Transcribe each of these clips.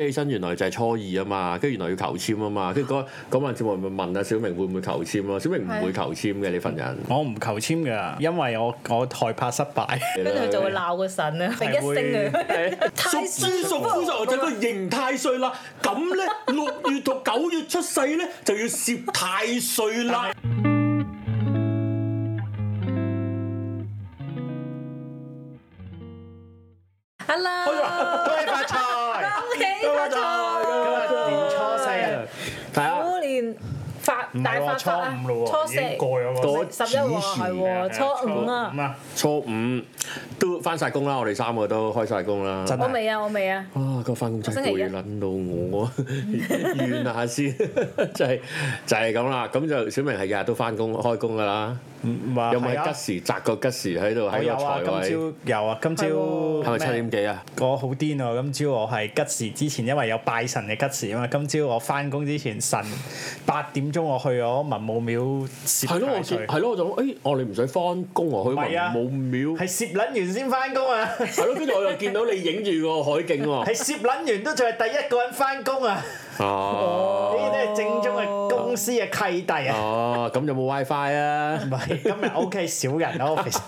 起身原來就係初二啊嘛，跟住原來要求籤啊嘛，跟住嗰嗰晚節目咪問啊小明會唔會求籤咯？小明唔會求籤嘅呢份人，我唔求簽㗎，因為我我害怕失敗。跟住佢就會鬧個神啊，成一聲啊，屬豬屬豬就就個刑太歲啦，咁咧六月同九月出世咧就要攝太歲啦。 ！Hello，恭喜發財！恭喜發財！年初四啊，係啊，虎年發唔大係發喎，初發啊五，咯喎，初已四經過咗個過十十一喎，係喎，初五啊，啊，初五都翻晒工啦，我哋三個都開晒工啦。真我係未啊，我未啊，啊！個翻工真係星期一攰撚到我，怨下先，就係就係咁啦。咁就小明係日日都翻工開工噶啦，唔話有冇係啊係吉時擲個吉時喺度我喺有個啊，財位？今朝有啊，今朝係喎係咪七咩點幾啊？我好癲啊！今朝我係吉時之前，因為有拜神嘅吉時啊嘛。今朝我翻工之前，神八點鐘我去咗文武廟攝係咯，我太見歲，係咯，我就諗，誒，我哋唔使翻工喎，去唔係啊文武廟係攝撚完先翻工啊！係咯，跟住我又見到你影住個海景喎。係攝撚完都仲係第一個人翻工啊！呢 哦啲都係正宗嘅公司嘅契弟啊！哦，咁有冇 WiFi 啊 唔？係今日 OK 少人啊 office，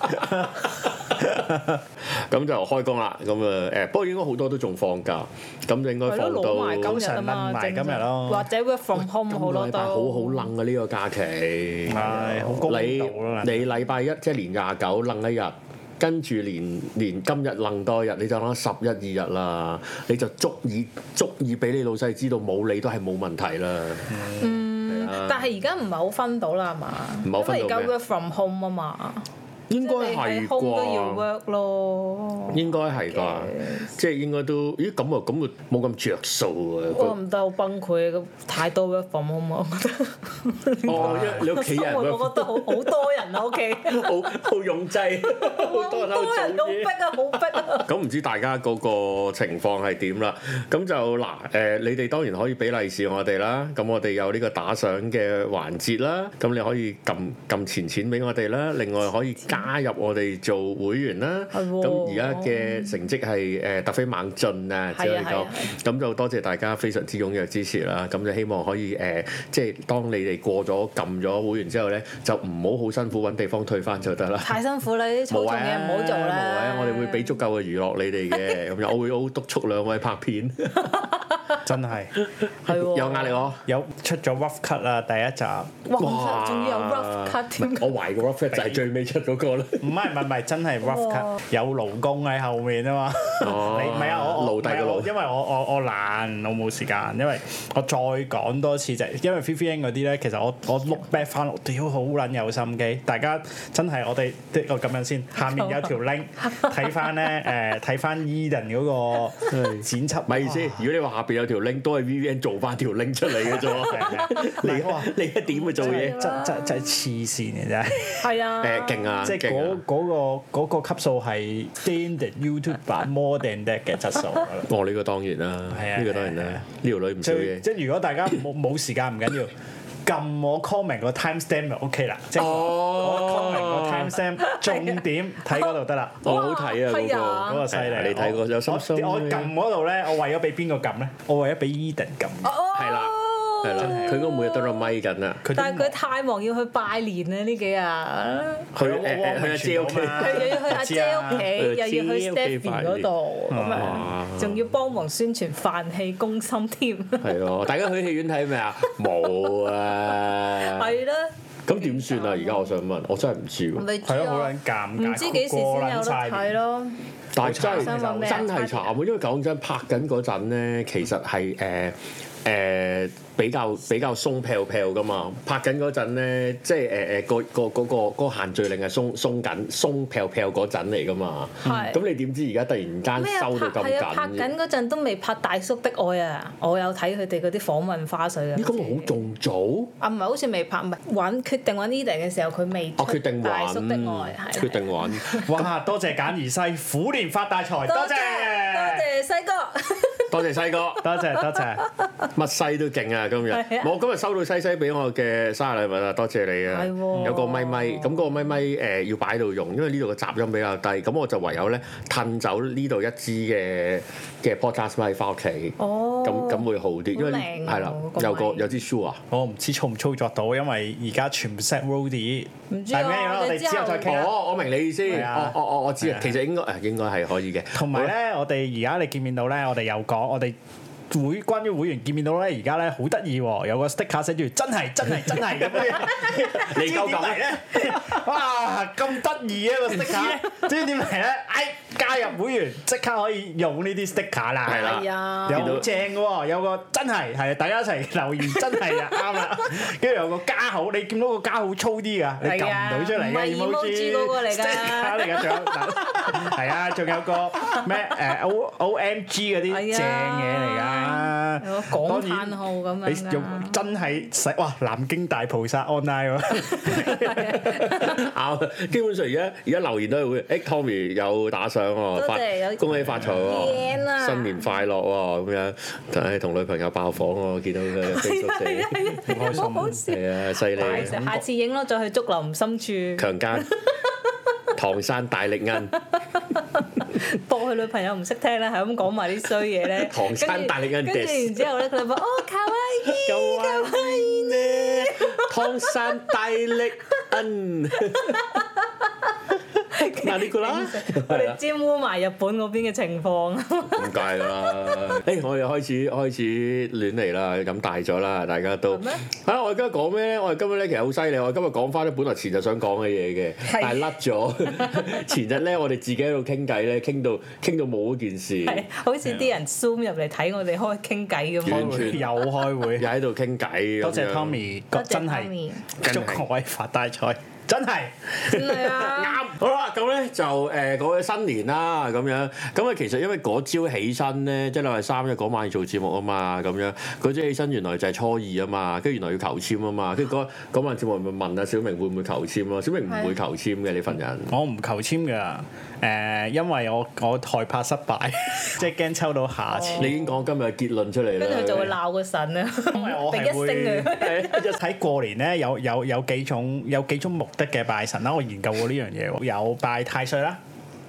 咁就開工啦。咁啊誒，不過應該好多都仲放假，咁就應該係咯，放攞埋到今日啊嘛，通常問埋今日咯或者 work from home 好個咯禮都，拜好好楞嘅呢個假期。係好公道你啦！你禮拜一即係年廿九楞一日，跟住連連今日楞多一日，你就諗十一二日啦，你就足以足以俾你老細知道冇你都係冇問題啦。嗯，但係而家唔係好分到啦，係嘛？唔係好分到因為而咩家 work from home 啊嘛，應該即係你係喺 home 都要啩？ work 咯。應該係啩 Yes？即係應該都咦咁啊咁啊冇咁着數啊！我唔得好崩潰，咁太多 work from home 啊我覺得。哦，因為你屋企人我覺得好好多人啊，屋企好好擁擠，好好多多人喺度人做好逼嘢。啊，好逼啊！咁唔知大家嗰個情況係點啦？咁就嗱，誒、你哋當然可以俾利是我哋啦。咁我哋有呢個打賞嘅環節啦。咁你可以撳撳錢錢俾我哋啦。另外可以加入我哋做會員啦。係喎咁而家嘅成績係誒突飛猛進啊！只可以係啊係講啊。咁就多謝大家非常之踴躍支持啦。咁就希望可以誒、即係當你哋過咗撳咗會員之後咧，就唔好好辛苦揾地方退翻就得啦。太辛苦啦，呢啲操冇縱啊，嘢唔好做冇啊啦。，我哋會俾足夠嘅娛樂你哋嘅，咁樣我會好督促兩位拍片，真係係喎有壓力我。有出咗 rough cut 啦，第一集哇！仲要有 rough cut 添唔係，我懷疑個 rough cut 就係最尾出嗰個啦。唔係唔係唔係真係 rough cut，有勞工喺後面啊嘛。哦 你唔係啊，我我奴隸嘅唔係啊我奴因為我我我懶，我冇時間，因為我再講多次就係因為 V V N 嗰啲咧，其實我我 look back 翻，我屌好撚有心機，大家真係我哋的我咁樣先，下面有條 link 睇翻咧誒睇翻 Eden 嗰個剪輯，咪意思，如果你話下邊有條 link，都係 VVN 做翻條 link 出嚟嘅 啫。你哇你一點去做嘢？真真真係黐線嘅真係。係啊，誒勁啊！即係勁啊嗰嗰個嗰個級數係 standard YouTuber more than that 嘅質素㗎啦。哦，呢個當然啦係，啊呢個當然係啊係啦啊，呢條女唔少最嘢。即係如果大家冇 冇時間唔緊要，撳我 comment 個 timestamp 就 OK 啦。即係哦我 comment 個 timestamp 重點睇嗰度得啦。我好睇啊哇係啊嗰嗰個個犀利，你睇過有我心心我撳嗰度咧，我為咗俾邊個撳咧？我為咗俾 Eden 撳。哦係啦係啦，佢應該每日都喺度咪緊啦。佢但係都佢啊太忙要去拜年啦呢幾日。佢誒有誒汪去明阿姐荃屋企又嗰。嘛要去阿姐屋企，又要去 Stephy 嗰度，咁哇樣仲要幫忙宣傳飯氣攻心添，係咯，大家去戲院睇咩 啊？冇啊！係嗯啦，嗯咁點算啊？而家我想問，我真係唔知喎。咪係咯，好撚尷唔尬，知幾時先有過得撚晒睇年。咯，但係真想問係咩啊真係慘啊！因為講真，拍緊嗰陣咧，其實係誒誒比較比較鬆票票噶嘛。拍緊嗰陣咧，即係誒誒個個嗰個嗰個限聚令係鬆鬆緊鬆票票嗰陣嚟噶嘛。係咁你點知而家突然間咩啊？收到拍咁係啊，拍緊嘅？緊嗰陣都未拍《大叔的愛》啊！我有睇佢哋嗰啲訪問花絮啊。咦，咁我好仲早。啊，唔係好似未拍，唔係揾決定揾 Eden 嘅時候，佢未我哦決定出大叔的玩愛，係，決定玩。哇！多謝簡兒西，虎年發大財，多多謝多謝謝西哥，多謝西哥。多謝多謝。乜西都勁啊！今日係啊我今日收到西西俾我嘅生日禮物啊，多謝你啊！係喎有個咪咪，咁嗰個咪咪誒要擺喺度用，因為呢度嘅雜音比較低，咁我就唯有咧褪走呢度一支嘅嘅 podcast 咪翻屋企。哦哦，咁咁會好啲，因為好靚啊係啦嗰，個有個位有支 s u 啊，我唔知操唔操作到，因為而家全部 set roadie，唔知啊但係咩我啦，我哋哋之後再傾啦。啊哦，我明你意思，係哦啊哦哦，我知係啊啊，其實應該誒應該係可以嘅，同埋咧，我哋而家你見面到咧，我哋有講我哋。會關於會員見面到咧，而家咧好得意喎，有個 sticker 寫住真係真係真係咁樣， 你夠啊知唔知點夠嚟咧？哇，咁得意啊個 sticker！知唔知點嚟咧？哎，加入會員即刻可以用呢啲 sticker 啦，係啦係啊，有見到好正嘅喎，有個真係係啊大家一齊留言 真係就啱啦，跟住有個加號，你見到個加號粗啲㗎，你撳唔到出係啊嚟嘅唔係 emoji 嗰個嚟㗎 sticker 嚟㗎，仲有係啊，仲有個 咩誒 O O M G 嗰係啲啊正嘢嚟㗎，有個港當然嘆號咁樣啊你用㗎真係使哇南京大菩薩 online 喎， 啱，啊基本上而家而家留言都係會，誒 Tommy 有打賞喎，多謝有啊發恭喜發財嘢喎，啦新年快樂喎，咁樣，但係同女朋友爆房喎，見到佢 Facebook 寫係啊，係啊，好好笑。係啊，犀利，下次影咯，再去竹林深處，強 姦，唐山大力恩，播佢女朋友唔識聽啦，係咁講埋啲衰嘢咧。 唐山跟住大力恩跟住 diss 然之後咧，佢就話：哦，卡哇伊，夠啊呢，唐山大力恩，嗱呢個啦， 我係啦哋。沾污埋日本嗰邊嘅情況。咁解㗎 啦！誒、哎我哋開始開始亂嚟啦，飲大咗啦，大家都係咩啊！我而家講咩咧？我哋今日咧其實好犀利，我哋今日講翻咧本來前日想講嘅嘢嘅，係但係甩 咗。前日咧我哋自己喺度傾偈咧，傾到傾到冇嗰件事，係嗯好似啲人 zoom 入嚟睇我哋開傾偈 咁。完全又開會又。喺度傾偈。多咁謝樣 Tommy，多謝真係 Tommy 祝各位發大財，真係真係啊！啱好啦，咁咧就誒講起新年啦，咁樣咁啊，其實因為嗰朝起身咧，即係禮拜三一嗰晚要做節目啊嘛，咁樣嗰朝起身原來就係初二啊嘛，跟住原來要求籤啊嘛，跟住嗰嗰晚節目咪問啊小明會唔會求籤咯？小明唔會求籤嘅呢份人，我唔求簽㗎，誒、因為我我害怕失敗， 即係驚抽到下次。你已經講今日嘅結論出嚟啦，跟住佢就會鬧個神啊，因為我俾係一會聲佢。一睇過年咧，有有有幾種有幾種目的嘅拜神啦。我研究過呢樣嘢喎，有拜太歲啦，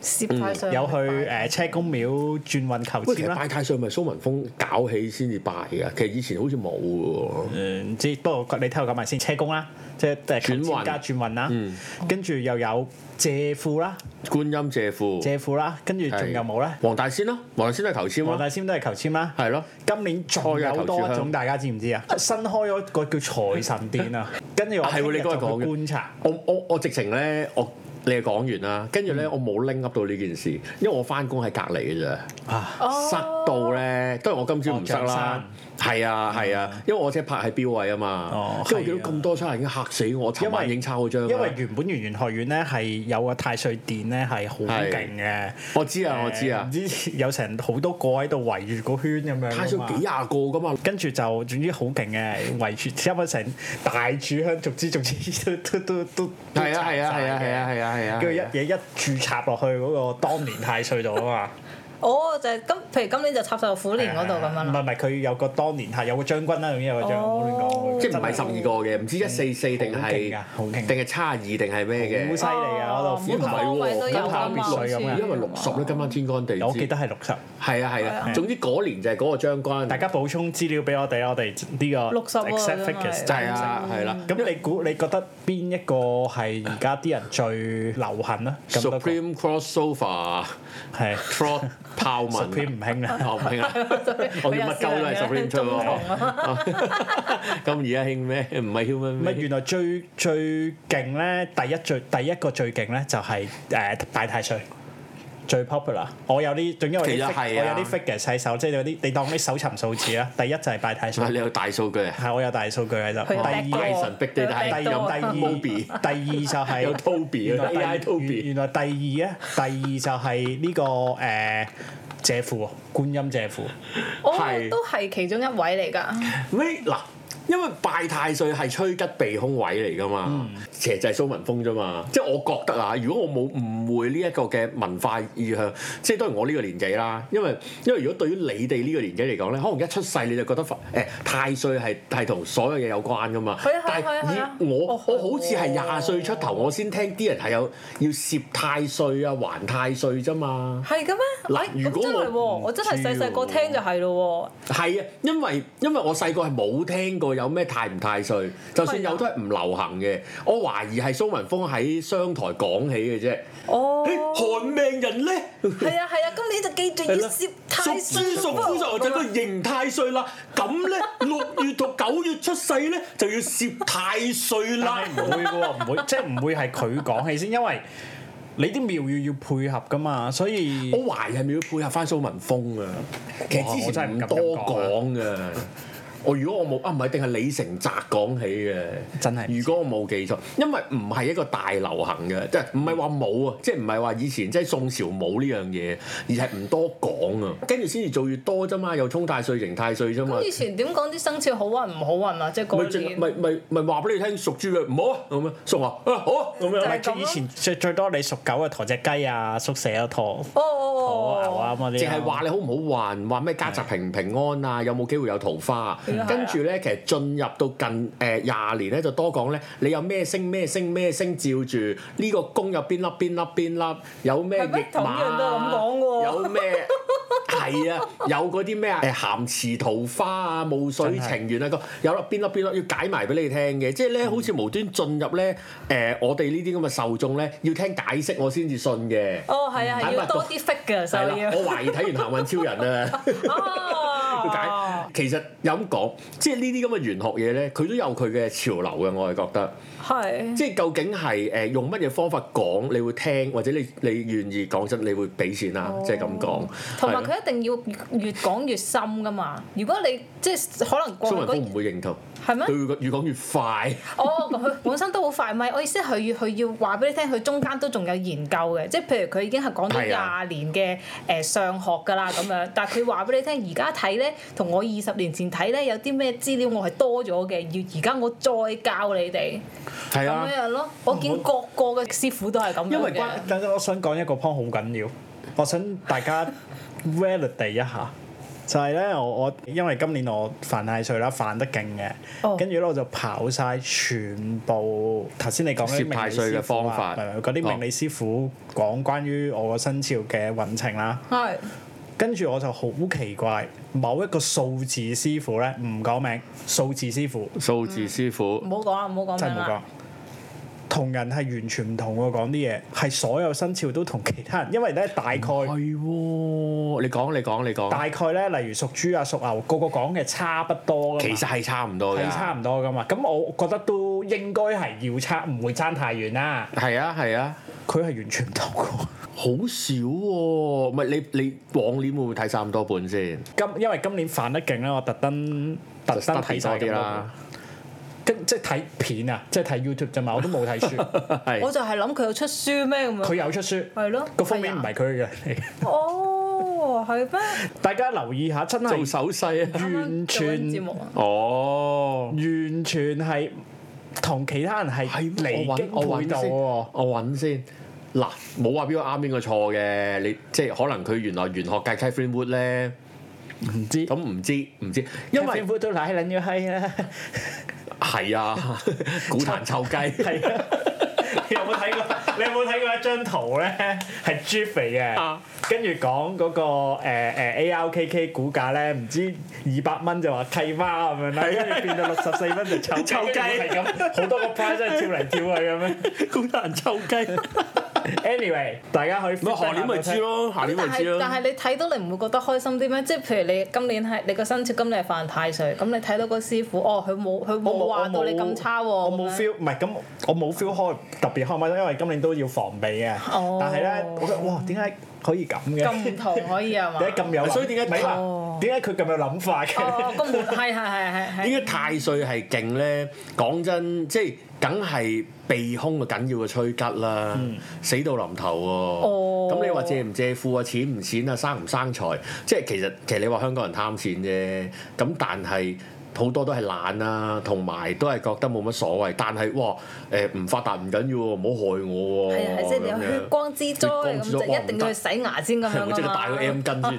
攝太上嗯有去誒車公廟轉運求喂，其籤實啦。拜太歲咪蘇文峰搞起先至拜嘅，其實以前好似冇嘅誒唔知，不過你聽我講埋先，車公啦，即係誒求轉運嗯籤加轉運啦，跟住又有借庫啦，喎，觀音借庫，借庫啦，跟住仲有冇咧？黃大仙咯，黃大仙都係求籤黃咯，大仙都係求籤啦。係咯。今年仲有多一種，大家知唔知啊？新開咗個叫財神殿 啊，跟住我係喎你聽日嗰日就講嘅去觀察。我我我直情咧，我你係講完啦，跟住咧嗯我冇拎 up 到呢件事，因為我翻工喺隔離嘅啫，啊，塞到咧，當然我今朝唔塞啦哦，嗯係啊係啊，因為我車泊喺標位啊嘛哦，跟住我見到係啊咁多差人已經嚇死我，尋因晚為已經抄咗張啦，啊因為原本圓玄學院咧係有個太歲殿咧係好勁嘅，我知啊誒我知啊唔，知有成好多個喺度圍住個圈咁啊樣㗎嘛，太少幾啊廿個噶嘛，跟住就總之好勁嘅，圍住差唔多成大柱香，逐支逐支都都都都係啊係啊係啊係啊啊，係啊係啊，跟住一嘢一注插落去嗰個當年太歲度啊嘛。哦，就係咁，譬如今年就插晒落虎年嗰度咁樣啦。唔係唔係，佢有個當年係有個將軍啦，總之有個將軍，哦我亂講。即係唔係十二個嘅，唔知一四四定好勁係㗎好勁啊定係差二定係咩好嘅？犀利啊！嗰度咦唔每虎個頭，方位都係有喎，咁㗎嘛下邊水咁樣好似因為六十咧，今晚天干地支，我記得係六十。係啊係啊，總之嗰年就係嗰個將軍。大家補充資料俾我哋，我哋呢個六十喎 exact 真係 figures 就係啊，係啦。咁你估你覺得邊一個係而家啲人最流行啊？咁多個 Supreme Crossover 係 Trot 泡文 Supreme 唔興啦。哦唔興 啊！我叫乜鳩都係啊 Supreme 出中喎。同啊， 咁而家興咩？唔係 human 唔係，咩？原來最最勁咧，第一最第一個最勁咧就係誒拜太歲。最 popular，我有啲，總之我有其實啲 fig- 係我啊有啲 figure 洗手，即係有啲你當啲搜尋數字啦。第一就係拜太歲啊，你有大數據啊！係我有大數據喺度。佢有第二拜神逼地，第但係二有第 二 Moby 第二就係有 Toby 原啊來第二 AI Toby 原來第二咧，第二就係呢個呃誒啊借庫喎，觀音借庫。我係都係其中一位嚟㗎。咩嗱？因為拜太歲係吹吉避凶位嚟噶嗯嘛，其實就係蘇文峰啫嘛。即係我覺得啊，如果我冇誤會呢一個嘅文化意向，即係當然我呢個年紀啦，因為因為如果對於你哋呢個年紀嚟講咧，可能一出世你就覺得佛誒太歲係係同所有嘢有關噶嘛係啊。係啊但係啊以我我哦係好似係喎廿歲出頭，我先聽啲人係有要攝太歲啊、還太歲啫嘛。係嘅咩？嗱哎如果咁真係喎，我唔我真係細細個知喎聽就係咯係啊，因為因為我細個係冇聽過有咩太唔太歲，就算有都係唔流行嘅。我懷疑係蘇文峰喺商台講起嘅啫。喎。哦，誒寒命人咧，係啊係啊，咁你就記住要攝太屬歲豬屬喎虎屬牛就個刑太歲啦。咁咧六月同九月出世咧就要攝太歲啦 但。係唔會嘅喎，唔 會，即係唔會係佢講起先，因為你啲廟宇要配合噶嘛，所以我懷疑係咪要配合翻蘇文峰啊？其實之前唔多講啊嘅。我如果我冇啊，唔係定係李成澤講起嘅，真係唔知如果我冇記錯，因為唔係一個大流行嘅，即係唔係話冇啊，即係唔係話以前即係宋朝冇呢樣嘢，而係唔多講啊，跟住先至做越多啫嘛，又沖太歲、刑太歲啫嘛咁，以前點講啲生肖好運唔好運啊？即係咪嗰淨年咪咪咪話俾你聽屬豬嘅唔好啊，咁樣屬牛啊好啊咁就樣係。即係以前最最多你屬狗啊，陀只雞啊，屬蛇啊，陀哦陀哦牛哦啊咁嗰啲啊，淨係話你好唔好運，話咩家宅平唔平安啊，有冇機會有桃花啊係啊？啊跟住咧，其實進入到近誒呃廿、年咧，就多講咧，你有咩星咩星咩星照住呢個宮有邊粒邊粒邊粒，有咩係咩驛馬同樣都係咁講喎有咩係啊？有嗰啲咩 啊？誒鹹池桃花啊，霧水情緣啊，個有粒邊粒邊粒要解埋俾你聽嘅，即係嗯咧好似無端進入咧誒、我哋呢啲咁嘅受眾咧，要聽解釋我先至信嘅。哦，係啊，係坦白要講多啲 fake 嘅，嗯所係以啦，要我懷疑睇完《幸運超人》啊。了 哦解，其實有咁講，即係呢啲咁嘅玄學嘢咧，佢都有佢嘅潮流嘅，我係覺得。係即係究竟係誒、用乜嘢方法講，你會聽，或者你你願意講真，你會俾錢啦，即係咁講。哦同係埋啦佢一定要越越講越深噶嘛。如果你即係可能過去蘇文嗰峰唔會認同，係咩佢會越講越快。哦，佢本身都好快，唔係我意思係佢要佢要話俾你聽，佢中間都仲有研究嘅，即係譬如佢已經係講係啊咗廿年嘅誒上學㗎啦咁樣，但係佢話俾你聽，而家睇咧同我二十年前睇咧有啲咩資料我係多咗嘅，要而家我再教你哋係咁啊，樣咯。我見各個嘅師傅都係咁樣嘅。因為關，等陣我想講一個 point 好緊要，我想大家 validate 一下，就係咧我我因為今年我犯太歲啦，犯得勁嘅，哦跟住咧我就刨晒全部頭先你講嗰啲攝命太理歲嘅師傅方法哦啊，唔係唔係嗰啲命理師傅講關於我個生肖嘅運程啦，係跟住我就好奇怪，某一個數字師傅咧唔講名，數字師傅數字師傅唔好講啦，啊唔好講真名係冇講啦。。同人係完全唔同喎，講啲嘢係所有生肖都同其他人，因為咧大概係喎，你講你講你講，啊大概咧，例如屬豬啊、屬牛，個個講嘅差不多噶其嘛，實係啊差唔多㗎係。差唔多噶嘛。咁我覺得都應該係要差，唔會爭太遠啦。係啊係啊，佢係完全唔同喎。 好少喎、唔係你你往年會唔會睇差唔多本先？今因為今年犯得勁啦，我特登特登睇晒就多咁啲多啦，本，跟即係睇片啊，即係睇 YouTube 啫嘛，我都冇睇書。 係我就係諗佢有出書咩咁佢樣。有出書，係咯個封面唔係佢嘅嚟。啊哦，係咩？ 大家留意下，真做係手勢 啊！完做緊節全目啊！哦，完全係同其他人係係咩離我揾經我背揾道先，喎。我揾先。嗱，冇話邊個啱邊個錯嘅，你即係可能佢原來玄學界 Catherine Wood 咧，唔知咁唔知唔知，因 因為為政府都奶撚咗閪啦，係 啊， 古壇臭雞係啊！你有冇睇過？你有冇睇過一張圖咧？係 GIF 嚟嘅啊，跟住講嗰個誒誒 ARKK 股價咧，唔知二百蚊就話契媽咁樣啦，跟住變到六十四蚊 就臭臭啊雞係咁，好多個 price 真係跳嚟跳 去咁樣。古壇臭雞， Anyway，大家可以咪啊下年咪知咯，下年咪但知係咯。但係你睇到你唔會覺得開心啲咩？即係譬如你今年係你個生肖今年係犯太歲，咁你睇到個師傅，哦，佢冇佢我冇。冇話到你咁差喎，我咁冇樣 feel，唔係咁，我冇 feel 開特別開唔開心，因為今年都要防備嘅。哦但係咧，我覺得哇，點解可以咁嘅？咁唔同可以啊係嘛？點解咁有諗？所以 點解唔係話哦點解佢咁有諗法嘅？哦，個門 係係係係係應該太歲係勁咧，講真，即係梗係避空嘅緊要嘅吹吉啦，死到臨頭嗯哦喎。咁、你話借唔借庫啊，錢唔錢啊，生唔生財，即係其實其實你話香港人貪錢啫，咁但係好多都係懶啦，同埋都係覺得冇乜所謂。但係哇誒唔發達唔緊要喎，唔好害我喎。係啊係，即係你有哦咁樣血光之血災光咁之災就一定要去洗牙先咁樣 我即㗎刻嘛戴個 M 巾先，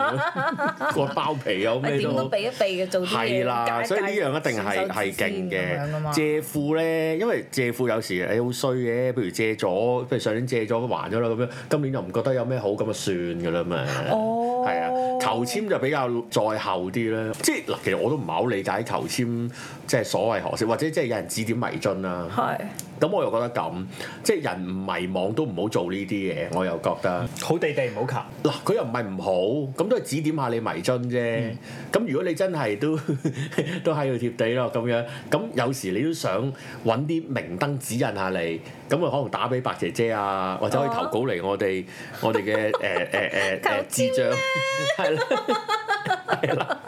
個包皮啊係咩點都都。避一避嘅做啲嘢，係啦，戒所以呢戒樣一定係係勁先咁樣㗎啊嘛嘅。借庫咧，因為借庫有時誒好衰嘅，譬如借咗，譬如上年借咗還咗啦咁樣，今年又唔覺得有咩好，咁就啊算㗎啦嘛。哦係啊，求籤就比較在後啲啦。即係嗱，其實我都唔係好理解求籤即係所謂何事，或者即係有人指點迷津啦。係咁我又覺得咁，即係人唔迷惘都唔好做呢啲嘢，我又覺得。好地地唔好求。嗱，佢又唔係唔好，咁都係指點下你迷津啫。嗯咁、如果你真係都 都喺度貼地咯，咁樣咁有時你都想揾啲明燈指引下你，咁啊可能打俾白姐姐啊，或者可以投稿嚟我哋、哦我哋嘅誒誒誒 誒智障， 係啦。係啦，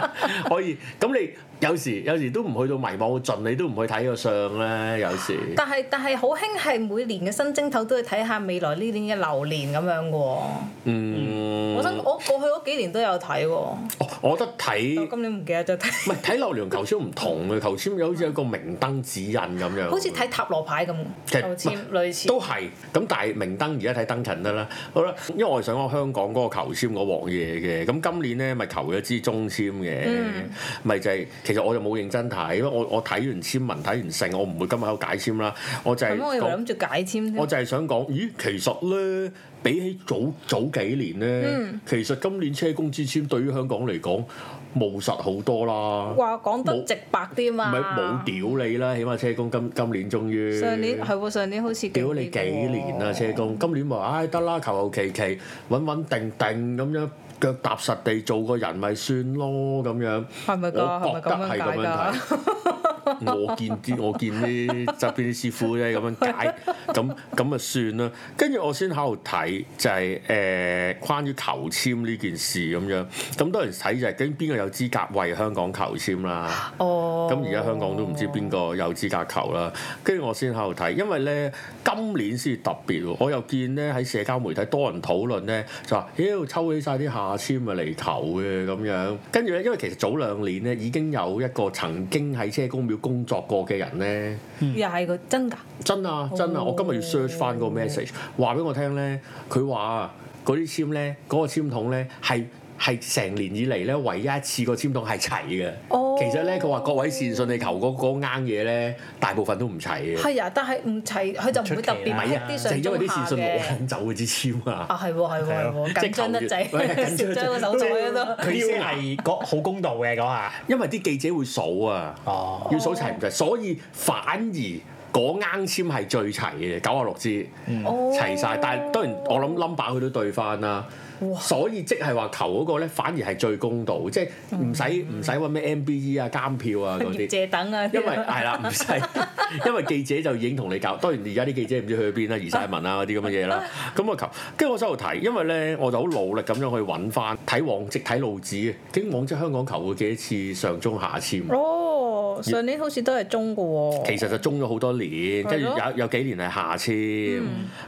可以咁你有時有時都唔去到迷惘盡，你都唔去睇個相咧。有時但係但係好興係每年嘅新正頭都要睇下未來呢年嘅流年咁樣嘅喎。嗯，我想我過去嗰幾年都有睇喎，哦我覺得睇但我今年唔記得咗睇，唔係睇流年求籤唔同嘅，求籤有好似有個明燈指引咁樣。好似睇塔羅牌咁，其實好似唔類似。都係咁，但係明燈而家睇燈神得啦。好啦，因為我係想講香港嗰個求籤嗰鑊嘢嘅，咁今年咧咪求咗支中籤嘅，嗯咪、就係、其實我就冇認真睇，因為我我睇完籤文睇完聖，我唔會今日喺度解籤啦，我就係咁我以為講諗住解籤添我就係想講，咦，其實咧，比起早早幾年咧，嗯其實今年車公之籤對於香港嚟講，務實好多啦。話講得冇直白啲唔嘛。係冇屌你啦，起碼車公今今年終於啊上年係喎，上年好似勁屌你幾年啦，車公今年話唉得啦，求求其其穩穩定定咁樣腳踏實地做個人咪算咯咁樣。係咪㗎？係我咪覺得係咁咁樣解樣㗎？睇。 我見啲我見啲側邊啲師傅咧咁樣解，咁咁啊算啦。跟住我先喺度睇就係、誒、關於求籤呢件事咁樣。咁當然睇就係究竟邊個有資格為香港求籤啦。哦。咁而家香港都唔知邊個有資格求啦，跟住我先喺度睇，因為咧今年先特別喎，我又見咧喺社交媒體多人討論咧，就話妖抽起晒啲下籤啊嚟求嘅咁樣，跟住咧因為其實早兩年咧已經有一個曾經喺車公廟工作過嘅人咧，哦又係個真㗎，真哦啊真啊，我今日要 search 翻個 message，話俾我聽咧，佢話啊嗰啲籤咧，嗰、個籤筒咧係。係成年以嚟咧，唯一一次個籤筒係齊嘅。哦其實咧，佢話各位善信你求嗰嗰啱嘢咧，大部分都唔齊嘅。係啊，但係唔齊，佢就唔會特唔出別奇啦係啊，啲就上係因為啲中下善信攞嘅。緊走嗰支籤啊。啊，係喎，係喎，係喎，緊張得滯，即係求住攝咗個手袋嗰度。佢 先係嗰好公道嘅嗰下。因為啲記者會數啊，哦，要數齊唔齊，所以反而嗰啱籤係最齊嘅，九啊六支哦齊晒。但係當然我諗 number 佢都對翻啦。所以即係話求嗰個咧，反而係最公道，即係唔使唔使揾咩 MBE 啊、監票啊嗰業啲。借等啊，因為係啦，唔使，因為記者就已經同你搞。當然而家啲記者唔知去咗邊啦，移晒文啊嗰啲咁嘅嘢啦。咁我求，跟住我喺度睇，因為咧我就好努力咁樣去揾翻睇往績睇路子嘅。究竟往績香港球會幾多次上中下籤？哦，上年好似都係中嘅喎。其實就中咗好多年，跟住哦係咯嗯有有幾年係下籤，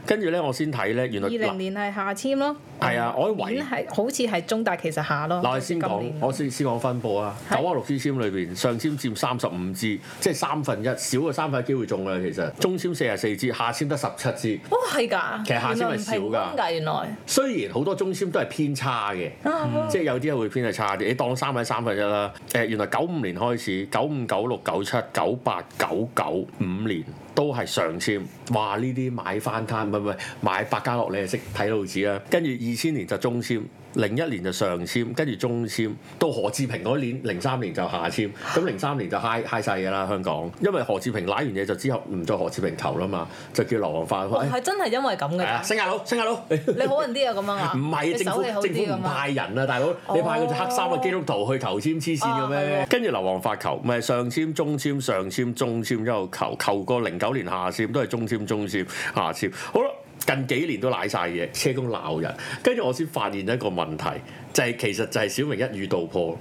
跟住咧我先睇咧，原來二零嗱年係下籤咯，係啊，我喺年維係好似係中，但係其實下咯。嗱，我先好似講今，年我先先講分佈啊。係九啊六支籤裏邊，上籤佔三十五支，即係三分一，少過三分一機會中啦。其實中籤四十四支，下籤得十七支。哦，係㗎，其實下籤係原來唔少㗎平均㗎，原來。雖然好多中籤都係偏差嘅，啊即係有啲係會偏係差啲。你當三分一三分一啦。誒、原來九五年開始，九五、九六、九七、九八、九九五年都係上籤。哇！呢啲買翻攤，唔係唔係買百家樂，你係識睇路子啦。跟住二千年就中籤。零一年就上籤，跟住中籤，到何志平嗰年零三年就下籤，咁零三年就 high high 曬嘅啦香港，因為何志平拉完嘢就之後唔再何志平投啦嘛，就叫流浪化。哦哎係真係因為咁係啊，嘅。升下佬，升下佬。你好人啲啊，咁樣啊？唔係你啊，政手氣好府政啲哦府咁唔啊？派人啊，大佬，你派佢隻黑衫嘅啊基督徒去求籤黐線嘅啊係咩？跟住流亡發球，咪上籤、中籤、上籤、中籤，一路求求過零九年下籤都係中籤、中籤、下籤，好啦。近幾年都賴晒嘢，車公鬧人，跟住我先發現一個問題，就係、其實就係小明一語道破，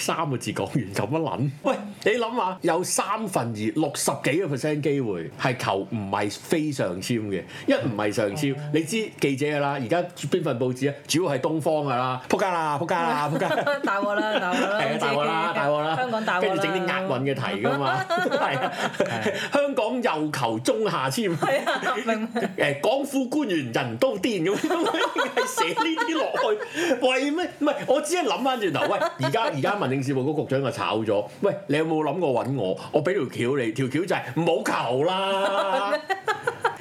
三個字講完咁乜撚？喂，你諗下，有三分二六十幾個 percent 機會係求唔係非上籤嘅，一唔係上籤，你知記者㗎啦，而家邊份報紙啊？主要係東方㗎啦，撲街啦，撲街啦，撲街！ 大鑊啦，大鑊啦！ 係啊大鑊啦自己大鑊啦 香港大鑊啦跟住整啲押韻嘅題㗎 嘛，係啊，香港又求中下籤，係啊， 明白誒港府官員人都癲咁，係寫呢啲落去， 為咩？唔係，我只係諗翻轉頭，喂，而家而家民政事務局局長就炒咗，喂，你有冇諗過揾我？我俾條橋你，條橋就係唔好求 啦，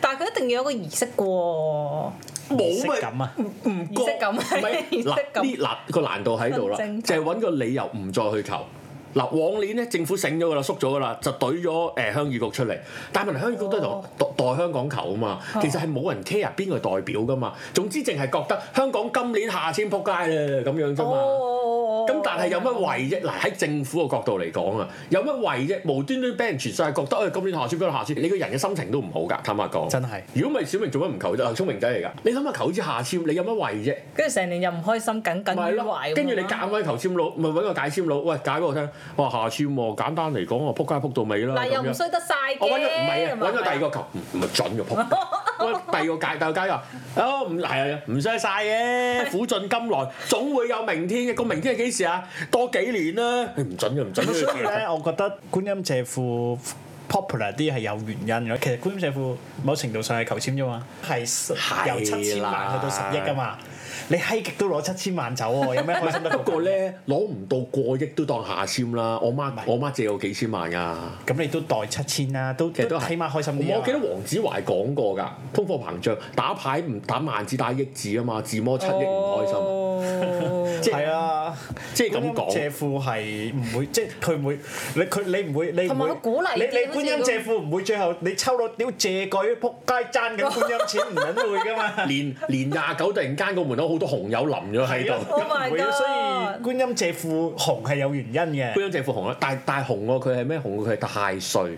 但係佢一定要有個儀式嘅喎，冇識咪。咁啊，唔唔儀式感唔係 儀式嗱感呢嗱個難度喺度啦，正就係揾個理由唔再去求。嗱，往年咧政府醒咗噶啦，縮咗噶啦，就懟咗誒鄉議局出嚟。但係問題鄉議局都係哦同代代香港求啊嘛，其實係冇人 care 邊個代表噶嘛。總之淨係覺得香港今年下先撲街啦咁樣啫嘛。哦，咁但係有乜謂啫？嗱喺政府嘅角度嚟講啊，有乜謂啫？無端端俾人全世界覺得，誒、哎今年下先，今年下先，你個人嘅心情都唔好㗎。坦白講，真係如果唔係小明做乜唔求啫？啊聰明仔嚟㗎，你諗下求支下簽，你有乜謂啫？跟住成年又唔開心，耿耿咪係於咯懷咁樣，跟住你揀位求簽佬，咪揾個解簽佬，喂解俾我聽，哇下簽喎，簡單嚟講，我撲街撲到尾啦嗱又咁唔樣。衰得晒嘅，我揾咗唔係啊，咁揾咗第二個球，唔唔係準嘅撲。我第二個解，第二個解話，哦唔係啊，唔使晒嘅，苦盡甘來，總會有明天嘅。個明天係幾時啊？多幾年啦，你唔準嘅唔準所以 嘅。咧，我覺得觀音借庫 popular 啲係有原因嘅。其實觀音借庫某程度上係求簽啫嘛，係係啦由七千萬去到十億啊嘛。你閪極都攞七千萬走 喎，有咩開心得不過過？咧，攞唔到過億都當下簽啦。我媽唔係我媽借我幾千萬㗎。咁你都袋七千啦，都其實都都起碼開心啲啊我記得黃子華係講過㗎，通貨膨脹打牌唔打萬字打億字啊嘛，自摸七億唔開心，哦心即係係啊，即係咁觀音借講。庫係唔會，即係佢唔會，你佢你唔會，你唔會同埋佢鼓勵啲你你好似觀音借庫唔會最後你抽到屌借據撲街爭緊觀音錢唔撚會㗎嘛。年年廿九突然間個門口好多紅友淋咗喺係啊度， Oh my 唔 會啊 God 所以觀音借庫紅係有原因嘅。觀音借富紅啦，但但係紅啊過佢係咩紅過佢係太歲，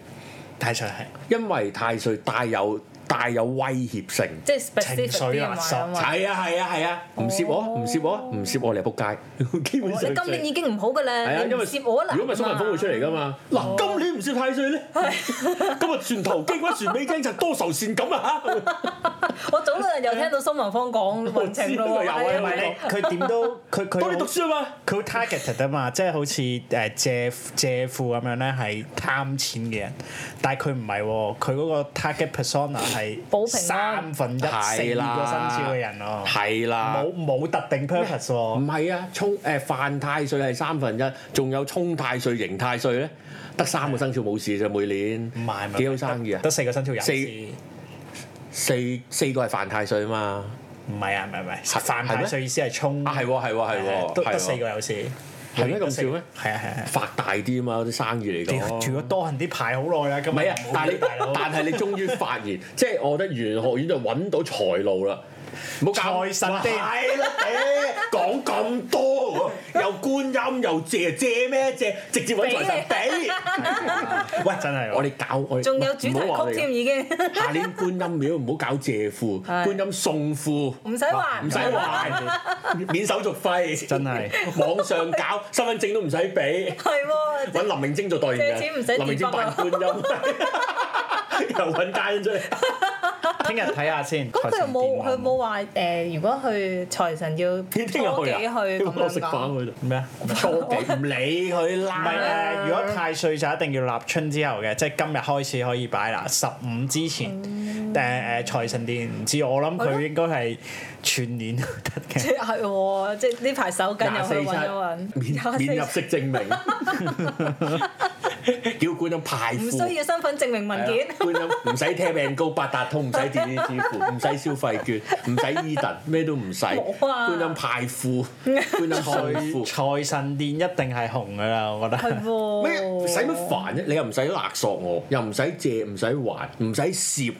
太上係因為太歲帶有帶有威脅性。即係 specific 情緒啲啊垃嘛係圾嘛。係啊係啊係啊，唔涉哦我唔涉我唔涉我你係仆街， 基本上你今年已經唔好係㗎啦，啊，你因唔為接我啦。如果唔係蘇文峰會出嚟噶嘛。嗱，今年唔涉太歲咧，咁啊船頭驚鬼船尾驚就多愁善感啊嚇。我早兩日又聽到蘇文峰講運程咯我知道又 係啊唔係喎，你佢點都 佢佢當你讀書啊嘛，佢好 targeted 啊嘛，即係好似誒借借庫咁樣咧，係貪錢嘅人，但係佢唔係喎，佢嗰個 target persona 係保平安三分一四個生肖嘅人咯，係啦，冇冇特定 purpose 唔喎，係啊，沖誒犯太歲係三分一，仲有沖太歲、刑太歲咧，得三個生肖冇事啫，每年唔係唔係幾好生意啊得，四個生肖人四士，四四個係犯太歲啊嘛，唔係啊，唔係唔係係，犯係太咩歲意思係衝，啊係喎係喎係喎，嗯都係得喎四個有事，係咩每年得咁四少咩係啊係啊係啊。發大啲啊嘛，啲生意嚟屌，講。住咗多行啲牌好耐啦，咁哦唔係啊，但係你大佬但係你終於發現，即係我覺得玄學院就揾到財路啦。冇搞財神係爹啦，嗲講咁多，又觀音又借借咩借？直接揾財神俾。喂真係喎啊我哋搞我哋仲有主題唔好話我曲哋添已經，下年觀音廟唔好搞借庫，係觀音送庫，唔使還，唔使還，免手續費，真係網上搞身份證都唔使俾。係喎，揾林明晶做代言借錢唔人，使啊林明晶電扮筆觀音， 又揾家欣出嚟。聽日睇下先。咁佢又冇財佢神冇話誒，如果去財神要初聽幾去日去咁啊，我食樣飯㗎。去度。殿咩啊？初幾唔理佢唔啦。係啊誒，如果太歲就一定要立春之後嘅，即係今日開始可以擺啦。十五之前嗯誒誒財神殿唔知，我諗佢應該係全年都得 嘅。係喎，即係呢排手緊廿又去四揾一七揾，免免入廿四息證明， 叫觀音派唔庫。需要身份證明文件，啊觀 音唔使聽命高八達通，唔使電子支付，唔使消費 券，唔使 e 特，咩都唔使。冇啊觀音派庫， 觀音財財庫。財神殿一定係紅噶啦，我覺係得。咩喎，使乜煩啫？你又唔使勒索我，又唔使借，唔使還，唔使攝，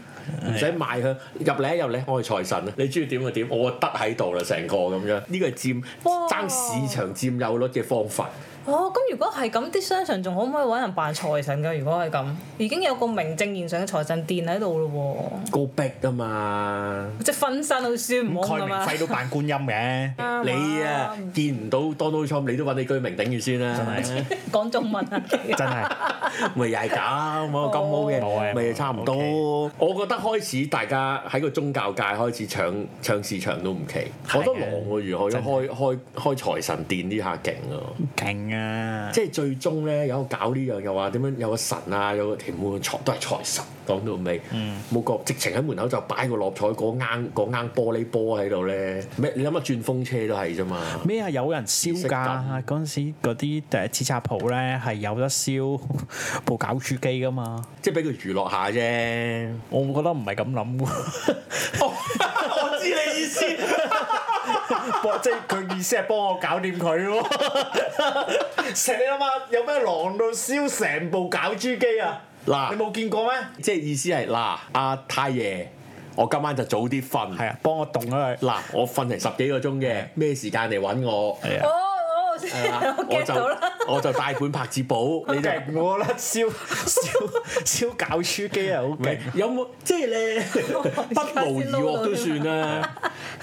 唔使賣香，入嚟啊入嚟，我係財神啊！你中意點就點，我得喺度啦，成個咁樣。呢個係佔哇爭市場佔有率嘅方法。哦，咁如果係咁，啲商場仲可唔可以揾人扮財神㗎？如果係咁，已經有個名正言順嘅財神殿喺度咯高逼啊嘛！喎，即係分身好似孫悟咁空蓋咁 明啊！輝都扮觀音 嘅，啱你啊，見唔到 Donald Trump，你都揾你居明頂住先啦，真講中文 啊！真係咪又係咁，我金毛冇啊嘅，咪冇差唔多。我覺得開始大家喺個宗教界開始搶搶市場都唔奇，係我啊嗯覺得狼喎，如何要開開開財神殿呢下勁啊！勁啊！即係最終咧，有搞呢樣又話點樣有個神啊，有個條門財都係財神。講到尾，嗯冇個直情喺門口就擺個落彩嗰啱嗰啱玻璃波喺度咧。咩？你諗下轉風車都係啫嘛。咩啊？有人燒儀式㗎感嗰陣時，嗰啲誒紙紮鋪咧係有得燒部搞主機㗎嘛？即係俾佢娛樂下啫。我覺得唔係咁諗喎， 我知你意思，博即係佢意思係幫我搞掂佢 喎。成你諗下，有咩狼到燒成部搞主機啊？嗱你冇見過咩？即係意思係嗱，阿太爺，我今晚就早啲係瞓。啊，幫我動咗佢。嗱，我瞓成十幾個鐘嘅，咩時間嚟揾我？係哦啊，哦，我係啦我 get 就到啦。我就帶本拍子簿， 你就。 勁我啦， 燒燒燒搞書機啊，好勁！有冇即係 咧 不勞而獲都算啦，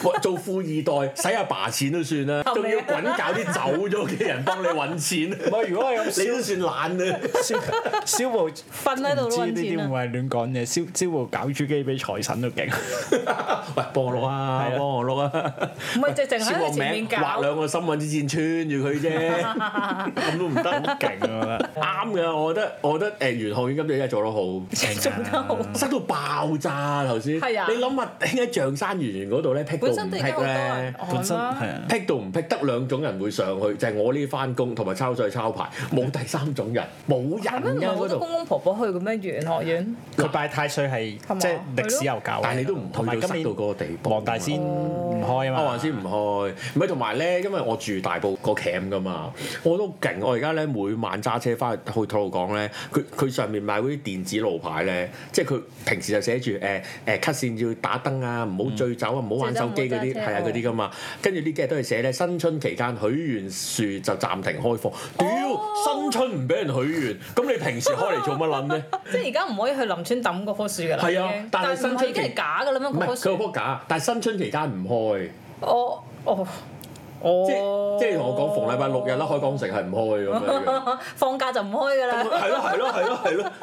喂做富二代使阿爸錢都算 啦，係仲咪啊要滾搞啲走咗嘅人幫你揾 錢，唔係，如果係咁你都算懶啊啦。燒燒部瞓喺度唔知都呢揾啲錢會啊！唔會係亂講嘢？燒燒部搞主機俾財神都勁，喂，幫我碌啊，係啊幫我碌啊，唔係直情燒喺個佢前面名搞，畫兩個心揾支箭穿住佢啫， 咁都唔得。勁啊！啱嘅，我覺得，我覺得誒袁學院今日真係做得好。 做得好。塞到爆炸頭先，係啊你諗下喺象山園園嗰度咧，劈到本唔身都劈已經好多人咧， 本按身啦係，啊，劈到唔劈得兩種人會上去，就係、我呢啲翻工同埋抄水抄牌，冇第三種人，冇係咩？人唔㗎係好嗰度。多公公婆婆去嘅咩？玄學院佢拜太歲係係嘛即係歷史悠久嘅，但係你都唔同埋去到今塞年到嗰個地步。哦黃大仙唔開我啊還嘛，先唔開，唔係同埋咧，因為我住大埔個 cam 噶嘛，我都勁。我而家咧每晚揸車翻去吐露港咧，佢佢上面買嗰啲電子路牌咧，即係佢平時就寫住誒誒 cut 線要打燈啊，唔好醉酒啊，唔好玩手機嗰醉啲，酒唔好揸車係啊嗰啲噶嘛。跟住呢幾日都係寫咧，新春期間許願樹就暫停開放。屌，新春唔俾人許願，咁你平時開嚟做乜撚咧？即係而家唔可以去林村抌嗰棵樹㗎啦。係啊已經但係但係唔新係春已經係期假㗎啦咩？唔嗰係棵佢有樹，棵架，但係新春期間唔開。我哦即哦，即係同我講，逢禮拜六日啦，開港城係唔開咁樣嘅。 放假就唔開㗎 啦。係咯係咯係咯係咯，啊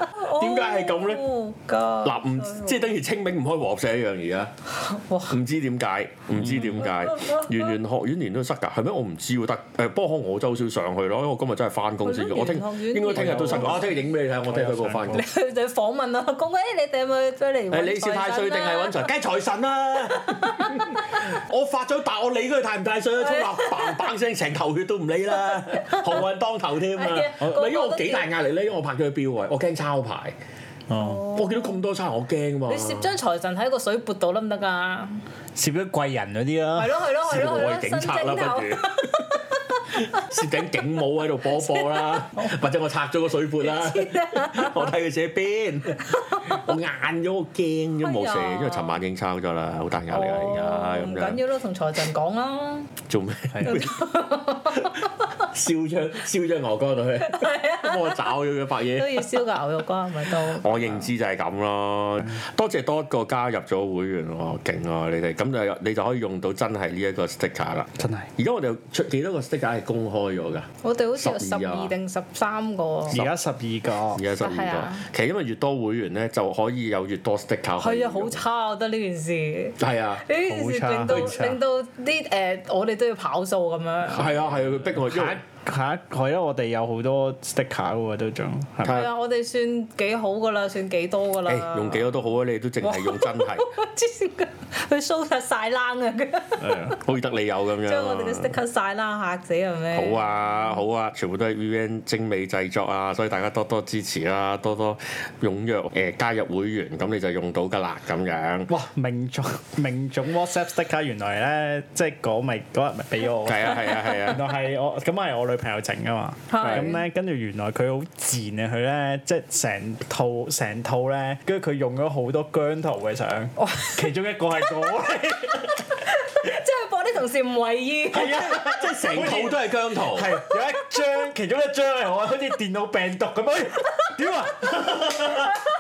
點解係咁咧？哦？嗱，唔即係等於清明唔開和合社一樣而哇嗯家，唔知點解，唔知點解，圓圓學院年都塞㗎，係咩？我唔知喎，得誒，不過可能我周少上去咯，因為我今日真係翻工先係嘅，咯我聽圓學院應該聽日都塞㗎，有啊，聽日影俾你睇，我聽日喺嗰度翻我工有。佢就訪問啦，講誒你哋有冇出誒，嚟揾你是太歲定係揾財神啊財？梗係財神 啦！我發咗達，我理佢太唔太歲啦，衝啊落砰砰聲，成頭血都唔理 啦，鴻運當頭添啊！係啊唔個個係因為我幾大都壓力咧，因為我拍咗個標位，我驚抄牌，哦，我見到咁多抄，我驚嘛你。攝張財神喺個水缽度得唔得㗎？攝咗貴人嗰啲係啦，咯係咯係咯係哦我咯，係警新察啦，正啊哦頭不如。 攝頂警帽喺度播一播啦， 或者我拆咗個水潑啦，啊我睇佢寫邊，我硬咗，我驚咗冇哎呀寫，因為尋晚已經抄咗啦，好大壓力啊哦而唔家咁緊樣要啦，同財神講啦。做咩？係啊 燒張燒張鵝肝落去，啊幫我找咗佢白都 嘢。要燒個牛肉乾咪 都。我認知就係咁咯，嗯多謝多一個加入咗會員喎，勁啊你哋，咁就你就可以用到真係呢一個 sticker 啦。真係。而家我哋有出幾多個 sticker 係公開咗㗎？我哋好似有十12啊二定十三個。而家十二個而，家十二係啊個，其實因為越多會員咧，就可以有越多 sticker 可以係啊，好用差，我覺得呢件事。係啊，呢件事好差令到好差令到啲誒，我哋都要跑數咁樣。係啊，係啊，佢逼我，因下為一下一係咯，我哋有好多 sticker 喎，都仲係咪係啊，我哋算幾好噶啦，算幾多噶啦。誒用幾 多都好啊，你都淨係用真係，黐線㗎，佢 show 曬晒冷 啊！佢 係啊好似得你有咁樣將我哋嘅啊。 sticker 晒冷嚇死人咩？好！啊，好啊，全部都係 VN 精美製作啊，所以大家多多支持啦、多多踴躍誒、加入會員，咁你就用到㗎啦，咁樣。哇！命中命中 WhatsApp sticker 原來咧，即係嗰咪嗰日咪俾我。係啊，係啊，係原啊， 來係我咁係我女朋友整噶嘛，係咁咧跟住原來佢好賤啊！佢咧即係成套成套咧，跟住佢用咗好多姜圖嘅相，其中一個係我 嚟，即係播啲同事唔為 意，係啊，即係成套都係姜圖，係有一張，其中一張係我好似電腦病毒咁，哎點啊，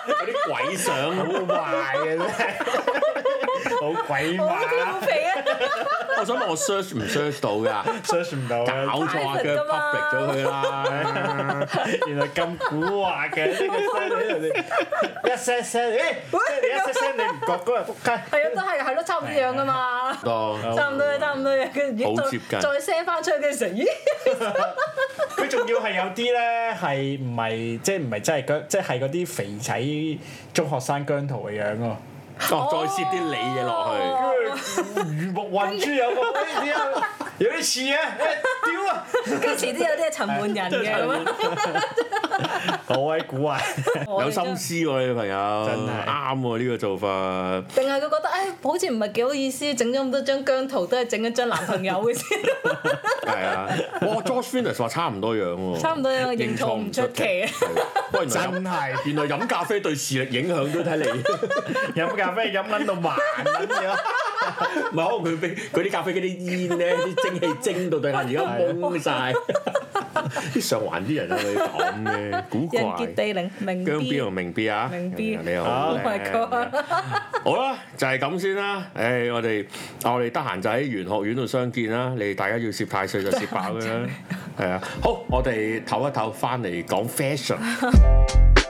有啲鬼相好壞嘅真係， 好鬼我好馬調皮啊！我想問我 search 唔 search 到㗎？ ，search 唔到啊，搞錯啊，佢 private 㗎嘛 public 咗佢啦。原來咁古 惑嘅，呢個一聲聲，誒，即係你一聲聲你唔覺嗰日仆街。係啊，都係係咯，差唔多樣 噶嘛。多差唔多嘢，差唔多嘢，跟住咦好接近再再 send 翻出去嘅時候，咦，佢仲要係有啲咧係唔係即係唔係真係姜，即係嗰啲肥仔中學生姜圖嘅樣喎。哦，再攝啲你嘢落去。哎哦魚目混珠有個喂點啊 有啲似嘅，喂屌啊！跟住遲啲有啲係陳滿 人嘅咁樣，好鬼古啊怪，我哋有真係心思喎，呢個朋友，真係啱喎呢個做法。定係佢覺得，唉，好似唔係幾好意思，整咗咁多張姜圖，都係整一張男朋友 嘅先， 係啊，我 George Finis 話差唔多樣喎，差唔多樣認錯唔出奇啊係喂，原來飲真係原來飲咖啡對視力影響都睇你， 唔飲咖啡飲撚到盲撚咗。係可能佢俾佢啲咖啡嗰啲煙咧，啲蒸氣蒸到對眼而家蒙晒。 啲上環啲人有你講 嘅，古怪人。傑地靈明姜 B B 同明 B 啊，明 B 你好哎好 Oh my god！好啦，就係咁先啦。誒，我哋啊，我哋得閒就喺玄學院度相見啦。你哋大家要攝太歲就 攝飽佢啦。係啊，好，我哋唞一唞，翻嚟講 fashion。